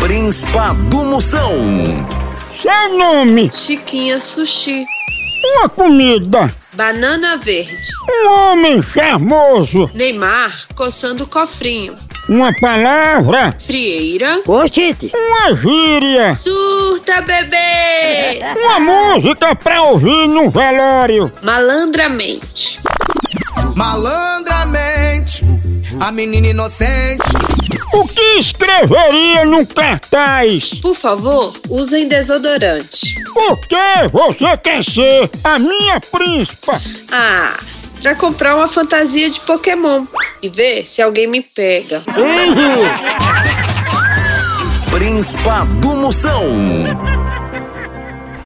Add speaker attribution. Speaker 1: Príncipa do Moção.
Speaker 2: Seu nome,
Speaker 3: Chiquinha Sushi,
Speaker 2: uma comida,
Speaker 3: Banana Verde,
Speaker 2: um homem charmoso,
Speaker 3: Neymar coçando o cofrinho,
Speaker 2: uma palavra,
Speaker 3: Frieira,
Speaker 4: Ô, Tite,
Speaker 2: uma gíria,
Speaker 3: Surta Bebê,
Speaker 2: uma música pra ouvir no velório.
Speaker 3: Malandramente.
Speaker 5: Malandramente, a menina inocente.
Speaker 2: O que escreveria num cartaz?
Speaker 3: Por favor, usem desodorante.
Speaker 2: Por que você quer ser a minha príncipa?
Speaker 3: Ah, pra comprar uma fantasia de Pokémon e ver se alguém me pega.
Speaker 1: Príncipa do Moção.